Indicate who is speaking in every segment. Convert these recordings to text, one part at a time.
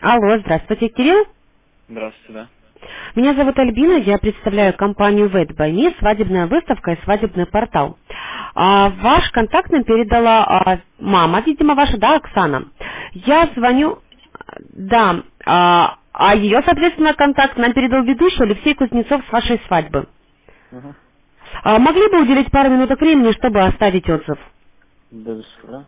Speaker 1: Алло, здравствуйте, Кирилл.
Speaker 2: Здравствуйте, да.
Speaker 1: Меня зовут Альбина, я представляю компанию «Вэтбайни», свадебная выставка и свадебный портал. А, ваш контакт нам передала а, мама, видимо, ваша, да, Оксана? Я звоню, да, а, а ее, соответственно, контакт нам передал ведущий Алексей Кузнецов с вашей свадьбы.
Speaker 2: Угу.
Speaker 1: А, могли бы уделить пару минуток времени, чтобы оставить отзыв?
Speaker 2: Без фра.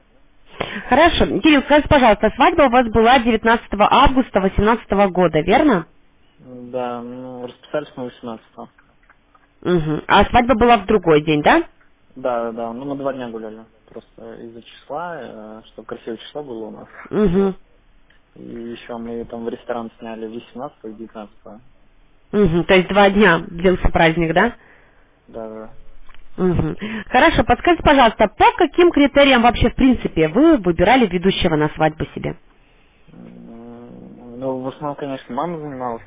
Speaker 1: Хорошо. Кирилл, скажите, пожалуйста, свадьба у вас была 19 августа 2018 года, верно?
Speaker 2: Да, ну, расписались мы 18 -го.
Speaker 1: Угу. А свадьба была в другой день, да?
Speaker 2: Да, да, да. Ну, мы два дня гуляли. Просто из-за числа, чтобы красивое число было у нас.
Speaker 1: Угу.
Speaker 2: И еще мы там в ресторан сняли 18 и 19 Да,
Speaker 1: Угу. То есть два дня длился праздник, да?
Speaker 2: да, да.
Speaker 1: Угу. Хорошо, подскажите, пожалуйста, по каким критериям вообще, в принципе, вы выбирали ведущего на свадьбу себе?
Speaker 2: М, Ну, в основном, конечно, мама занималась.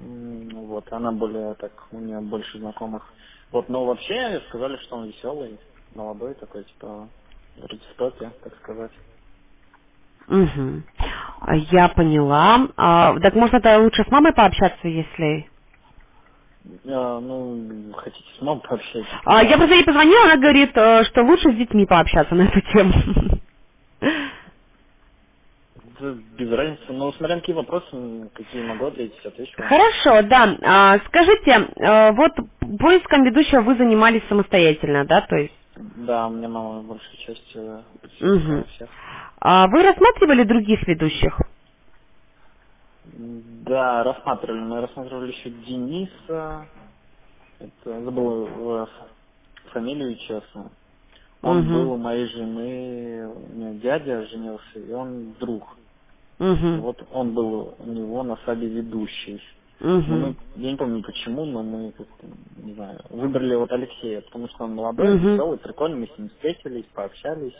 Speaker 2: м, Вот, она более так, у нее больше знакомых. Вот, но вообще сказали, что он веселый, молодой такой, типа, вроде спорте, так сказать.
Speaker 1: Угу. Я поняла. А, так может это лучше с мамой пообщаться, если...
Speaker 2: А, ну, хотите с мамой пообщаться?
Speaker 1: А, я просто ей позвонила, она говорит, э, что лучше с детьми пообщаться на эту тему.
Speaker 2: Да, без разницы, но смотря на какие вопросы, м, какие могу ответить, отвечу.
Speaker 1: Хорошо, да. А, скажите, э, вот поиском ведущего вы занимались самостоятельно, да, то есть?
Speaker 2: Да, у меня мама большую часть э,
Speaker 1: Мгм.
Speaker 2: всех.
Speaker 1: А вы рассматривали других ведущих?
Speaker 2: М, Да, рассматривали. Мы рассматривали еще Дениса. Это забыл его ф- фамилию, честно. Он
Speaker 1: Мгм.
Speaker 2: был у моей жены, у меня дядя женился, и он друг.
Speaker 1: Угу.
Speaker 2: Вот он был у него на свадьбе ведущий. Ну,
Speaker 1: Угу.
Speaker 2: мы- я не помню почему, но мы, как-то, не знаю, выбрали вот Алексея, потому что он молодой,
Speaker 1: Мгм.
Speaker 2: веселый, прикольный, мы с ним встретились, пообщались.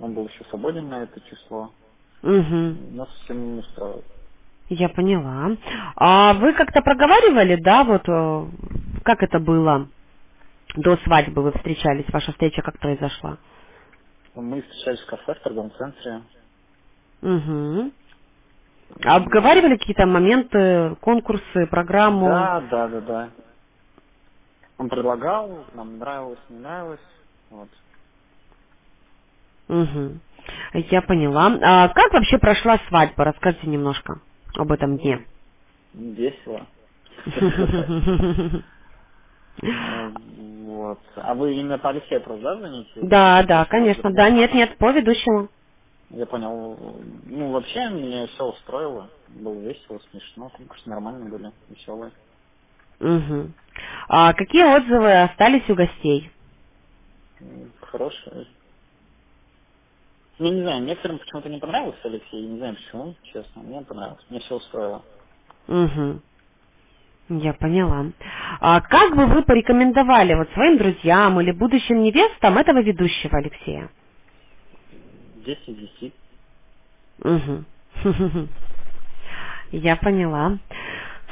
Speaker 2: Он был еще свободен на это число.
Speaker 1: Угу.
Speaker 2: Нас всем устроил.
Speaker 1: Я поняла. А вы как-то проговаривали, да, вот э, как это было? До свадьбы вы встречались, ваша встреча как произошла?
Speaker 2: Мы встречались в кафе в торговом центре.
Speaker 1: Угу. А Обговаривали какие-то моменты, конкурсы, программу?
Speaker 2: Да, да, да, да. Он предлагал, нам нравилось, не нравилось. Вот.
Speaker 1: Угу. Я поняла. А как вообще прошла свадьба? Расскажите немножко об этом дне.
Speaker 2: Весело. Вот. А вы именно по Алексею просто, да, звоните?
Speaker 1: Да, да, конечно. Да, нет, нет, по ведущему.
Speaker 2: Я понял. Ну, вообще, меня все устроило. Было весело, смешно. Конкурсы нормально были, веселые.
Speaker 1: Угу. А какие отзывы остались у гостей?
Speaker 2: М, Хорошие. Ну, не знаю, некоторым почему-то не понравился Алексей. Не знаю, почему, честно. Мне понравилось. Мне все устроило.
Speaker 1: Угу. Я поняла. А как бы вы порекомендовали вот своим друзьям или будущим невестам этого ведущего Алексея?
Speaker 2: 10 из 10.
Speaker 1: Мгм. Я поняла.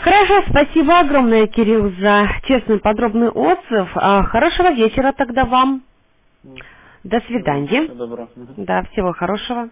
Speaker 1: Хорошо, спасибо огромное, Кирилл, за честный подробный отзыв. А, Хорошего вечера тогда вам. До свидания.
Speaker 2: Всего доброго. Мгм.
Speaker 1: Да, всего хорошего.